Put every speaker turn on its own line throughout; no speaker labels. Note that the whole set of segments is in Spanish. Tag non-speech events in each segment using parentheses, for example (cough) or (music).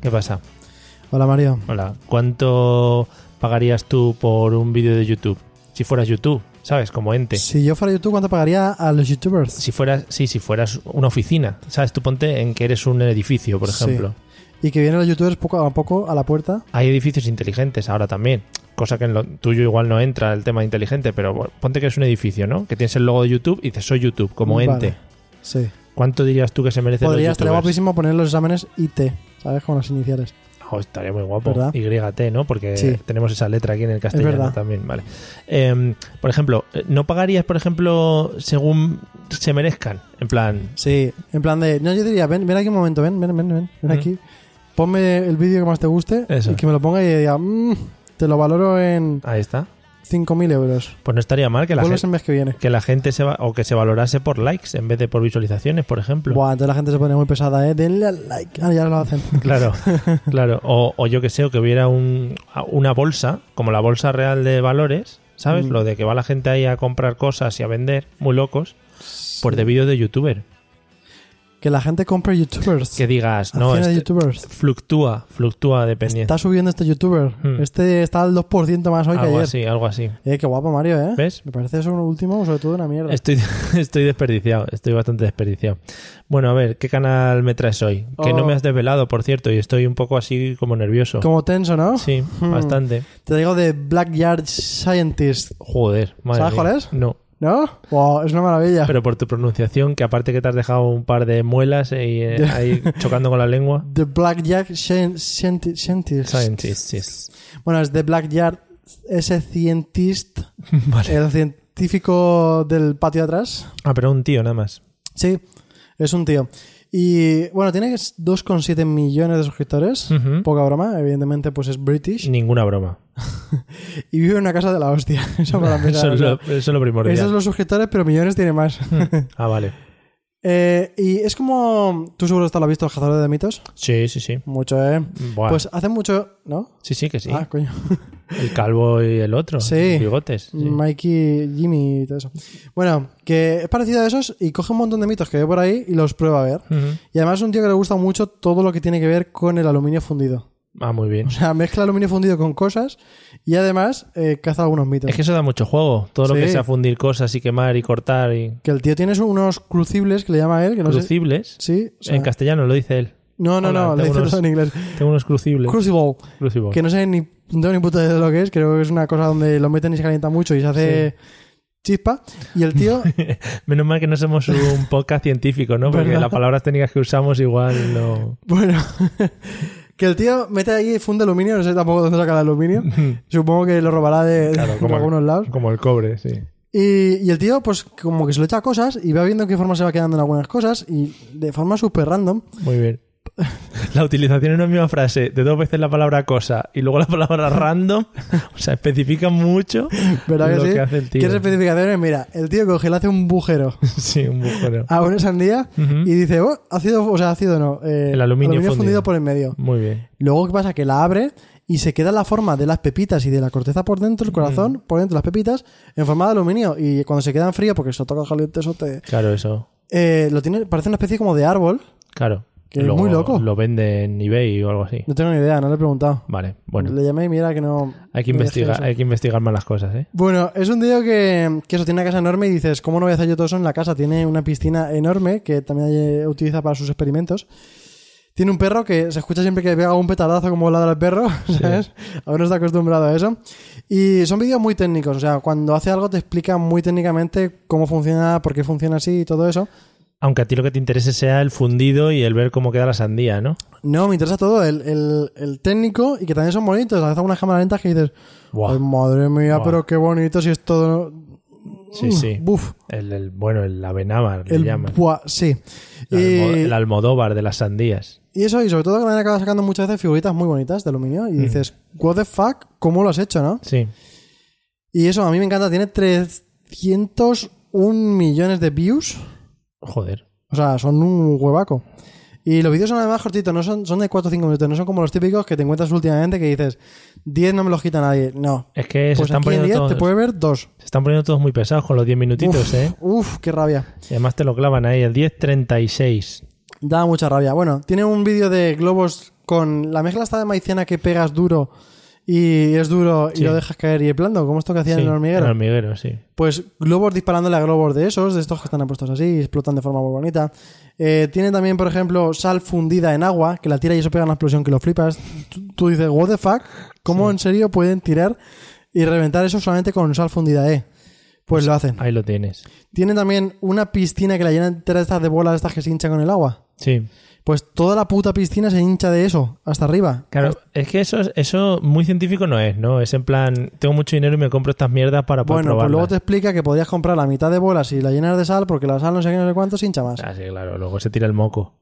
¿Qué pasa?
Hola Mario.
Hola, ¿cuánto pagarías tú por un vídeo de YouTube? Si fueras YouTube, ¿sabes? Como ente.
Si yo fuera YouTube, ¿cuánto pagaría a los YouTubers?
Si fueras, sí, si fueras una oficina, ¿sabes? Tú ponte en que eres un edificio, por
Sí.
ejemplo.
Y que vienen los YouTubers poco a poco a la puerta.
Hay edificios inteligentes ahora también, cosa que en lo tuyo igual no entra el tema de inteligente, pero bueno, ponte que es un edificio, ¿no? Que tienes el logo de YouTube y dices soy YouTube como
Vale.
ente.
Sí.
¿Cuánto dirías tú que se merecen
Podría
los
estar
youtubers?
guapísimo poner los exámenes IT, ¿sabes? Con las iniciales.
Oh, estaría muy guapo.
¿Verdad?
YT, ¿no? Porque
Sí.
tenemos esa letra aquí en el castellano
verdad.
también, vale. Em, por ejemplo, ¿no pagarías, por ejemplo, según se merezcan? En plan,
Sí. En plan de. No, yo diría, ven, ven aquí un momento, ven, ven, ven, ven, ven
Ujú.
aquí. Ponme el vídeo que más te guste
Mm. Eso.
y que me lo ponga y diga, "Mm, te lo valoro en
ahí está.
5.000 euros.
Pues no estaría mal que la,
Vuelves
gente,
el mes que viene.
que la gente se va, o que se valorase por likes en vez de por visualizaciones, por ejemplo.
Buah, entonces la gente se pone muy pesada, ¿eh? Denle al like. Ah, ya lo hacen. (laughs)
Claro, (laughs) claro. O, o yo que sé, o que hubiera un- una bolsa, como la bolsa real de valores, ¿sabes?
Mm.
Lo de que va la gente ahí a comprar cosas y a vender, muy locos, por de vídeo de youtuber.
Que la gente compre YouTubers.
Que digas, no,
Hacienda de
este-
YouTubers.
fluctúa, fluctúa dependiendo.
Está subiendo este youtuber.
Hmm.
Este está al 2% más hoy que
Algo
ayer.
así, algo así.
Eh, qué guapo Mario, ¿eh?
¿Ves?
Me parece eso un último, sobre todo una mierda.
Estoy, (laughs) estoy desperdiciado, estoy bastante desperdiciado. Bueno, a ver, ¿qué canal me traes hoy? Que no
Oh.
me has desvelado, por cierto, y estoy un poco así como nervioso.
Como tenso, ¿no?
Sí,
Hmm.
bastante.
Te digo de Blackyard Scientist,
Joder, madre
¿Sabes
mía.
cuál es?
No,
¿no? Wow, es una maravilla.
pero por tu pronunciación, que aparte que te has dejado un par de muelas ahí, eh, ahí chocando con la
(laughs)
lengua.
The Blackjack Scien- Scienti- Scientist.
Scientist, yes.
Bueno, es The Blackyard ese Scientist,
(laughs) Vale.
el científico del patio de atrás.
Ah, pero un tío nada más.
Sí, es un tío. Y bueno, tiene 2,7 millones de suscriptores.
Ujú.
Poca broma, evidentemente, pues es British.
Ninguna broma.
Y vive en una casa de la hostia. (laughs) Eso para
(laughs) Eso
empezar. o
es
sea,
lo, eso es lo primordial.
Esos son los suscriptores, pero millones
(laughs)
tiene más.
Ah, vale.
Eh, y es como. Tú seguro hasta lo has visto, el cazador de mitos.
Sí, sí, sí.
Mucho, ¿eh?
Buah.
Pues hace mucho. ¿No?
sí, sí, que sí.
Ah, coño.
El calvo y el otro.
Sí. Mm.
los Bigotes. sí.
(laughs) Mikey, Jimmy y todo eso. Bueno, que es parecido a esos y coge un montón de mitos que ve por ahí y los prueba a ver.
Ujú.
Y además es un tío que le gusta mucho todo lo que tiene que ver con el aluminio fundido. (laughs)
Ah, muy bien.
O sea, mezcla aluminio fundido con cosas y además eh, caza algunos mitos.
Es que eso da mucho juego. Todo lo
Sí.
que sea fundir cosas y quemar y cortar y.
Que el tío tiene unos crucibles que le llama a él, que no sé.
Crucibles.
Sí, o sea,
En castellano lo dice él.
No, no,
Hola,
no, le
tengo
dice
unos-
todo en inglés.
Tengo unos crucibles.
Crucible,
Crucible.
que no sé ni, no tengo ni puta idea de lo que es, creo que es una cosa donde lo meten y se calienta mucho y se hace chispa. Y
(laughs)
el tío, (laughs)
Menos mal que no somos un podcast científico, ¿no? Porque
¿Verdad?
las palabras técnicas que usamos igual no.
bueno, (laughs) que el tío mete ahí funde aluminio, no sé tampoco dónde saca
(laughs)
el aluminio. Supongo que lo robará de,
Claro,
de
(laughs) como-
algunos lados.
Como el cobre, sí.
Y, y el tío, pues como que se lo echa a cosas y va viendo en qué forma se va quedando en algunas cosas y de forma súper random.
Muy
(laughs)
bien. La utilización en una misma frase de dos veces la palabra cosa y luego la
(laughs)
palabra random, o sea, especifica mucho (laughs)
¿Verdad que
lo
sí?
que hace el tío.
¿Quieres especificaciones? Mira, el tío coge, le hace un bujero
Sí, un bujero.
a una sandía
Ujú.
y dice, oh, ácido, o sea, ácido no. eh,
El aluminio fundido.
por el medio.
Muy bien.
Luego, ¿qué pasa? Que la abre y se queda la forma de las pepitas y de la corteza por dentro, el corazón, por dentro las pepitas, en forma de aluminio. Y cuando se quedan frío, porque eso toca caliente, eso te.
Claro, eso.
Eh, lo tiene, parece una especie como de árbol.
Claro.
Que es muy loco.
Lo vende en eBay o algo así.
No tengo ni idea, no le he preguntado.
Vale, bueno.
Le llamé y mira que no.
Hay que
no
investigar,
dejé eso.
hay que investigar más las cosas, ¿eh?
Bueno, es un tío que, que eso tiene una casa enorme y dices, ¿cómo no voy a hacer yo todo eso en la casa? Tiene una piscina enorme que también eh, utiliza para sus experimentos. Tiene un perro que se escucha siempre que pega un petadazo como ladra el perro, (laughs) ¿sabes? Aún no está acostumbrado a eso. Y son vídeos muy técnicos, o sea, cuando hace algo te explica muy técnicamente cómo funciona, por qué funciona así y todo eso.
Aunque a ti lo que te interese sea el fundido y el ver cómo queda la sandía, ¿no?
No, me interesa todo, el, el- el técnico y que también son bonitos. A veces algunas cámaras lentas que dices,
Buah.
"Ay, madre mía,
Buah.
pero qué bonito si es todo. Mm,
Sí, sí.
Buf.
El, el- bueno, el avenábar le
El eh,
llaman.
buah, sí.
El,
y,
almo- el almodóvar de las sandías.
y eso, y sobre todo que también acaba sacando muchas veces figuritas muy bonitas de aluminio. Y
Mm.
dices, what the fuck, ¿cómo lo has hecho, no?
Sí.
Y eso a mí me encanta, tiene 301 millones de views.
Joder.
O sea, son un huevaco. Y los vídeos son además cortitos, no son, son de 4 o 5 minutos, no son como los típicos que te encuentras últimamente que dices, 10 no me los quita nadie. No.
Es que se,
Pues
están
aquí en
poniendo
10
todos,
te puede ver 2.
se están poniendo todos muy pesados con los 10 minutitos,
Uf,
¿eh?
uf, qué rabia.
Y además te lo clavan ahí, el 10.36.
Da mucha rabia. Bueno, tiene un vídeo de globos con la mezcla esta de maicena que pegas duro y es duro y
Sí.
lo dejas caer y es blando, como esto que hacían
Sí,
en el hormiguero.
en el hormiguero, sí.
Pues globos disparándole a globos de esos, de estos que están apuestos así y explotan de forma muy bonita. Eh, tiene también, por ejemplo, sal fundida en agua, que la tira y eso pega una explosión que lo flipas. Tú, tú dices, what the fuck, ¿cómo en serio pueden tirar y reventar eso solamente con sal fundida, eh? Pues lo hacen.
Ahí lo tienes.
Tiene también una piscina que la llenan entera de estas de bolas estas que se hinchan con el agua.
Sí.
Pues toda la puta piscina se hincha de eso, hasta arriba.
Claro, es que eso, eso muy científico no es, ¿no? Es en plan, tengo mucho dinero y me compro estas mierdas para poder
Bueno, pues
probarlas.
luego te explica que podrías comprar la mitad de bolas y la llenas de sal, porque la sal no sé qué, no sé cuánto se hincha más.
Ah, sí, claro, luego se tira el moco.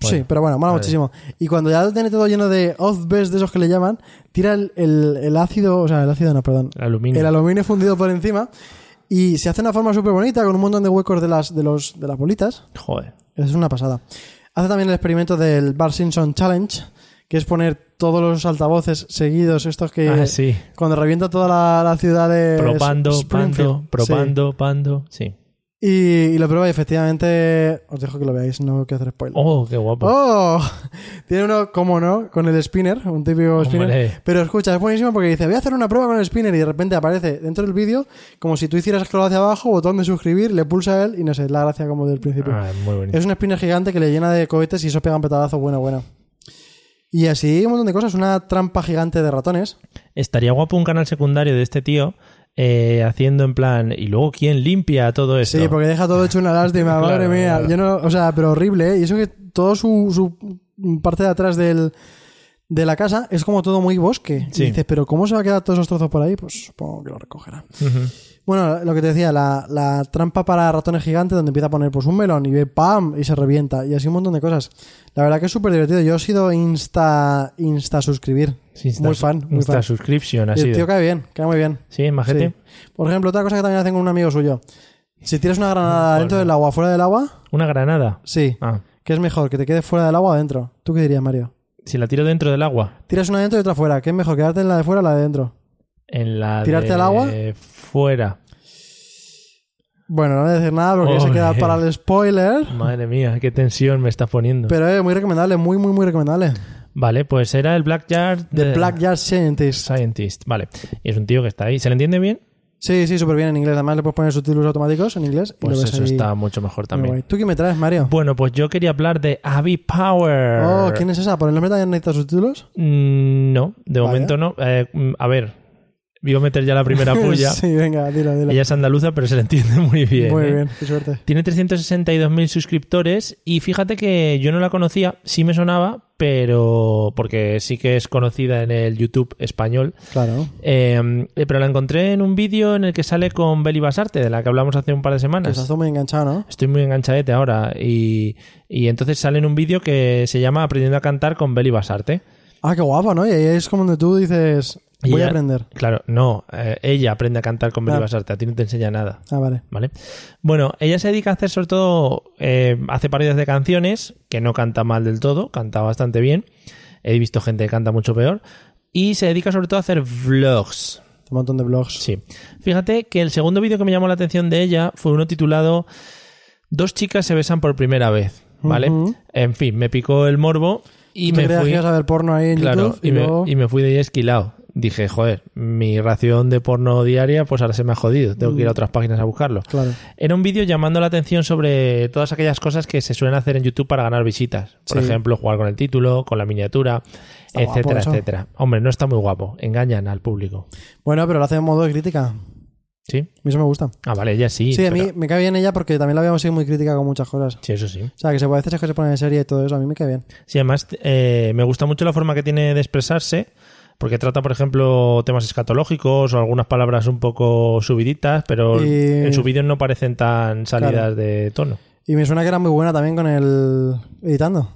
sí, pero bueno, mola
vale.
muchísimo. Y cuando ya lo tiene todo lleno de off-best de esos que le llaman, tira el, el- el ácido, o sea, el ácido no, perdón,
El aluminio.
el aluminio fundido por encima y se hace una forma súper bonita con un montón de huecos de las, de, los, de las bolitas.
Joder.
Es una pasada. Hace también el experimento del Bar Simpson Challenge, que es poner todos los altavoces seguidos, estos que...
ah, sí.
Cuando revienta toda la, la ciudad de
Propando,
eh, Springfield.
pando, propando, pando. Sí.
Sí. Y, y lo prueba y efectivamente os dejo que lo veáis, no quiero hacer spoiler.
Oh, qué guapo.
¡Oh! (laughs) Tiene uno, como no, con el spinner, un típico spinner.
Hombre.
Pero escucha, es buenísimo porque dice, voy a hacer una prueba con el spinner y de repente aparece dentro del vídeo, como si tú hicieras scroll hacia abajo, botón de suscribir, le pulsa a él y no sé, la gracia como del principio.
Ah, muy bonito.
Es un spinner gigante que le llena de cohetes y eso pega un petadazo bueno, bueno. Y así un montón de cosas, una trampa gigante de ratones.
Estaría guapo un canal secundario de este tío eh, haciendo en plan, ¿y luego quién limpia todo esto?
Sí, porque deja todo hecho
(laughs)
una lástima,
Claro,
madre mía.
claro.
Yo no, o sea, pero horrible, ¿eh? Y eso que todo su, su parte de atrás del, de la casa es como todo muy bosque.
Sí.
Y dices, pero ¿cómo se va a quedar todos esos trozos por ahí? Pues supongo que lo recogerá. Bueno, lo que te decía, la, la trampa para ratones gigantes donde empieza a poner pues un melón y ve ¡pam! y se revienta. Y así un montón de cosas. La verdad que es súper divertido. Yo he sido insta, insta suscribir.
Sí, insta-
muy fan, muy
insta
fan.
subscription ha
Y el
sido.
tío cae bien, cae muy bien.
Sí, majete.
Sí. Por ejemplo, otra cosa que también hacen con un amigo suyo. Si tiras una granada dentro del agua, fuera del agua,
Una granada.
sí.
Ah,
¿Qué es mejor? ¿Que te quede fuera del agua o dentro? ¿Tú qué dirías, Mario?
si la tiro dentro del agua.
Tiras una dentro y otra fuera. ¿Qué es mejor? ¿Quedarte en la de fuera o la de dentro?
En la
¿Tirarte
de
al agua?
Fuera.
Bueno, no voy a decir nada porque ya se
Ole.
queda para el spoiler.
Madre mía, qué tensión me estás poniendo.
Pero es muy recomendable, muy, muy, muy recomendable.
Vale, pues era el Black Yard.
The
de-
Black Yard Scientist.
Scientist. Vale. Y es un tío que está ahí. ¿Se le entiende bien?
Sí, sí, súper bien en inglés. Además le puedes poner subtítulos automáticos en inglés. y
Pues
lo ves
eso
ahí.
está mucho mejor
Muy
también.
guay. ¿Tú qué me traes, Mario?
Bueno, pues yo quería hablar de Abby Power.
Oh, ¿quién es esa? ¿Por el nombre también necesitas subtítulos?
Mm, No, de
Vaya.
momento no. Eh, mm, a ver, iba a meter ya la primera puya.
(laughs) sí, venga, dilo, dilo.
Ella es andaluza, pero se le entiende muy bien.
muy
¿eh?
bien, qué suerte.
Tiene 362.000 suscriptores y fíjate que yo no la conocía, sí me sonaba, pero porque sí que es conocida en el YouTube español.
Claro.
Eh, pero la encontré en un vídeo en el que sale con Beli Basarte, de la que hablamos hace un par de
Que
semanas.
estás tú muy enganchado, ¿no?
Estoy muy enganchadete ahora. Y, y entonces sale en un vídeo que se llama Aprendiendo a cantar con Beli Basarte.
Ah, qué guapo, ¿no? Y ahí es como donde tú dices,
Y
voy a
ella-
aprender.
Claro, no, eh, ella aprende a cantar con Beli
Ah.
Basarte, a ti no te enseña nada.
Ah, vale.
¿Vale? Bueno, ella se dedica a hacer sobre todo, eh, hace parodias de canciones, que no canta mal del todo, canta bastante bien. He visto gente que canta mucho peor. Y se dedica sobre todo a hacer vlogs,
Un montón de blogs.
Sí. Fíjate que el segundo vídeo que me llamó la atención de ella fue uno titulado Dos chicas se besan por primera vez, ¿vale?
Ujú.
En fin, me picó el morbo y
¿Tú te
me
creías que
fui.
ibas a ver porno ahí en
Claro,
YouTube?
y,
Y,
me,
luego...
y me fui de esquilado. Dije, joder, mi ración de porno diaria, pues ahora se me ha jodido. Tengo que ir a otras páginas a buscarlo.
Claro.
Era un vídeo llamando la atención sobre todas aquellas cosas que se suelen hacer en YouTube para ganar visitas. Por
Sí.
ejemplo, jugar con el título, con la miniatura,
Está guapo
etcétera,
eso.
etcétera. Hombre, no está muy guapo. Engañan al público.
Bueno, pero lo hace en modo de crítica.
Sí.
A mí eso me gusta.
Ah, vale, ella sí.
Sí, a mí
pero-
me cae bien ella porque también la habíamos sido muy crítica con muchas cosas.
Sí, eso sí.
O sea, que se puede hacer esas que se ponen en serie y todo eso, a mí me cae bien.
Sí, además eh, me gusta mucho la forma que tiene de expresarse, porque trata, por ejemplo, temas escatológicos o algunas palabras un poco subiditas, pero
Y-
en sus vídeos no parecen tan salidas
Claro.
de tono.
Y me suena que era muy buena también con el editando.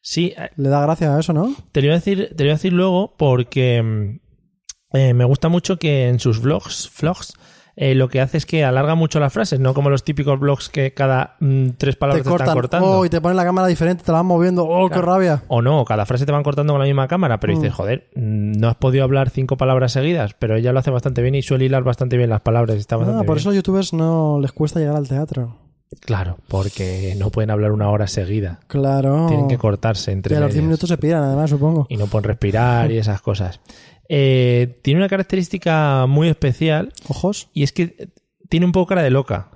Sí, eh,
Le da gracia a eso, ¿no?
te lo iba a decir, te lo iba a decir luego porque mm, eh, me gusta mucho que en sus vlogs, vlogs eh, lo que hace es que alarga mucho las frases, no como los típicos vlogs que cada mm, tres palabras
Te
te, están
cortan.
cortando.
Oh, y te ponen la cámara diferente, te la van moviendo. Oh, qué rabia.
O no, cada frase te van cortando con la misma cámara, pero dices, joder, mm, no has podido hablar cinco palabras seguidas, pero ella lo hace bastante bien y suele hilar bastante bien las palabras. Está
Ah,
bastante
por
bien.
eso a los youtubers no les cuesta llegar al teatro.
Claro, porque no pueden hablar una hora seguida.
Claro.
Tienen que cortarse entre
Y a los 10
medias.
minutos se piran, además, supongo.
y no pueden respirar y esas cosas. Eh, tiene una característica muy especial
Ojos.
y es que tiene un poco cara de
(laughs)
loca.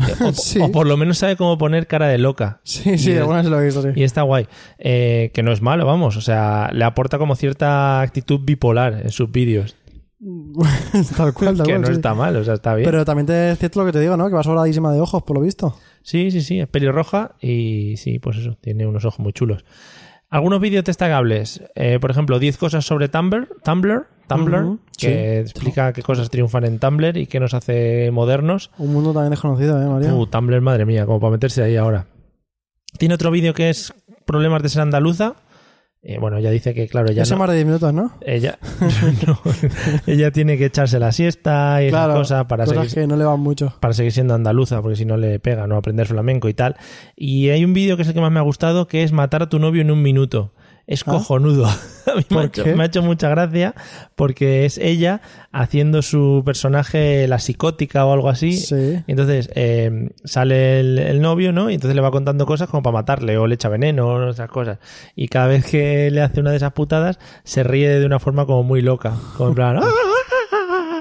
Eh, O,
Sí.
o por lo menos sabe cómo poner cara de loca.
Sí, sí,
Y-
algunas lo he visto, sí.
Y está guay. Eh, que no es malo, vamos. O sea, le aporta como cierta actitud bipolar en sus vídeos.
(laughs) tal cual, tal
que
cual,
no
sí.
está mal, ¿eh? o sea, está bien.
Pero también te es cierto lo que te digo, ¿no? Que va sobradísima de ojos, por lo visto.
Sí, sí, sí, es pelirroja y sí, pues eso, tiene unos ojos muy chulos. Algunos vídeos destacables, eh, por ejemplo, 10 cosas sobre Tumblr, Tumblr, Tumblr,
Ujú,
que
sí.
explica qué cosas triunfan en Tumblr y qué nos hace modernos.
Un mundo también desconocido, ¿eh, María?
Uh, Tumblr, madre mía, como para meterse ahí ahora. Tiene otro vídeo que es problemas de ser andaluza. Eh, bueno, ella dice que, claro, ya
Ese más de 10 minutos, ¿no? (laughs)
ella, (laughs) no, ella tiene que echarse la siesta y esas
claro.
cosas para
cosas
seguir
que no le van mucho.
para seguir siendo andaluza, porque si no le pega, ¿no? Aprender flamenco y tal. Y hay un vídeo que es el que más me ha gustado, que es matar a tu novio en un minuto. Es cojonudo. (laughs) A mí me,
Ah. ¿Por
ha hecho,
qué?
me ha hecho mucha gracia porque es ella haciendo su personaje la psicótica o algo así.
Sí.
Entonces eh, sale el, el novio, ¿no? Y entonces le va contando cosas como para matarle o le echa veneno o esas cosas. Y cada vez que le hace una de esas putadas, se ríe de una forma como muy loca. Como en plan, (laughs) "¡Ah!".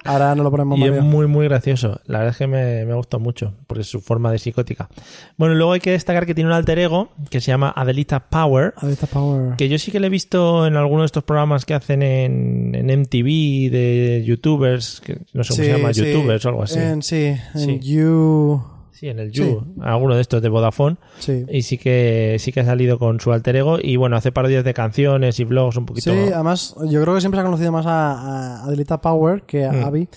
Ahora no lo ponemos
Y es
Mario.
muy, muy gracioso. La verdad es que me, me gustó mucho, porque es su forma de psicótica. Bueno, luego hay que destacar que tiene un alter ego que se llama Adelita Power,
Ahí está Power.
que yo sí que le he visto en alguno de estos programas que hacen en, en MTV de youtubers, que no sé cómo se llama, youtubers o algo así.
En, sí, en
Sí.
You.
Sí, en el
sí.
You, alguno de estos de Vodafone.
Sí.
Y sí que, sí que ha salido con su alter ego y bueno, hace parodias de canciones y vlogs un
Sí,
poquito.
además, yo creo que siempre se ha conocido más a, a Adelita Power que
Mm.
a Abby.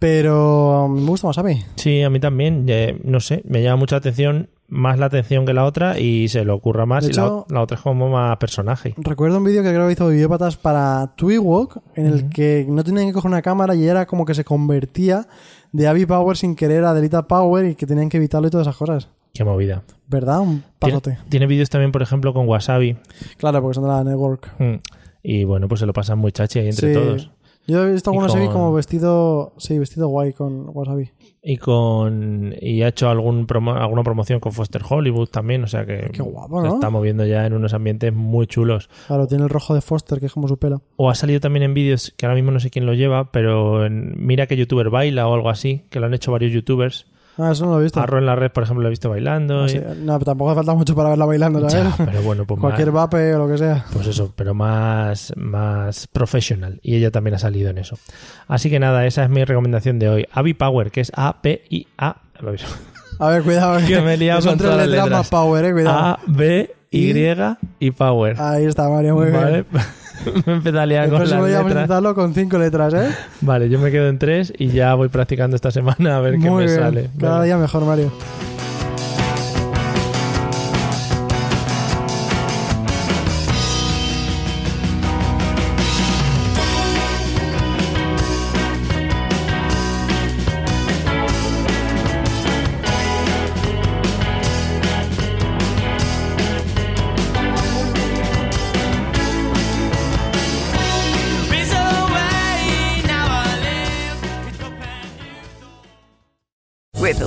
Pero mm, me gusta más Abby.
Sí, a mí también. eh, no sé, me llama mucha atención, más la atención que la otra y se le ocurra más.
De
y la
hecho-
o- la, otra es como más personaje.
Recuerdo un vídeo que creo que hizo Videópatas para Twiwok, en el que no tenían que coger una cámara y era como que se convertía de Abby Power sin querer a Adelita Power y que tenían que evitarlo y todas esas cosas.
Qué movida.
¿Verdad? Un
Tiene,
pasote.
tiene vídeos también, por ejemplo, con Wasabi.
Claro, porque son de la network.
Mm. Y bueno, pues se lo pasan muy chachi ahí entre
Sí.
todos.
Yo he visto
Y
algunos Abby
con-
como vestido. Sí, vestido guay con Wasabi.
Y con y ha hecho algún promo- alguna promoción con Foster Hollywood también, o sea que
Qué guapo,
se
¿no?
está moviendo ya en unos ambientes muy chulos.
Claro, tiene el rojo de Foster, que es como su pelo.
O ha salido también en vídeos que ahora mismo no sé quién lo lleva, pero en mira que youtuber baila o algo así, que lo han hecho varios youtubers.
Ah, eso no lo he visto.
Arro en la red, por ejemplo, lo he visto bailando.
No,
y- (laughs)
sé, no, pero tampoco hace falta mucho para verla bailando, ¿sabes?
Ya, pero bueno, pues
Cualquier
más-
vape o lo que sea.
pues eso, pero más, más professional. Y ella también ha salido en eso. Así que nada, esa es mi recomendación de hoy. Avi Power, que es A-P-I-A.
A ver, cuidado.
(laughs) Que me he liado
son
con
tres
todas las
letras,
letras. Ah.
más power, eh, cuidado.
A-B-Y y Power.
Ahí está, Mario, muy bien.
Vale. (laughs) me empezado a liar
El
con las
próximo día
letras.
presentarlo con cinco letras, ¿eh?
Vale, yo me quedo en tres y ya voy practicando esta semana a ver qué
Muy
me
bien.
sale.
Cada
Vale.
día mejor, Mario.
With the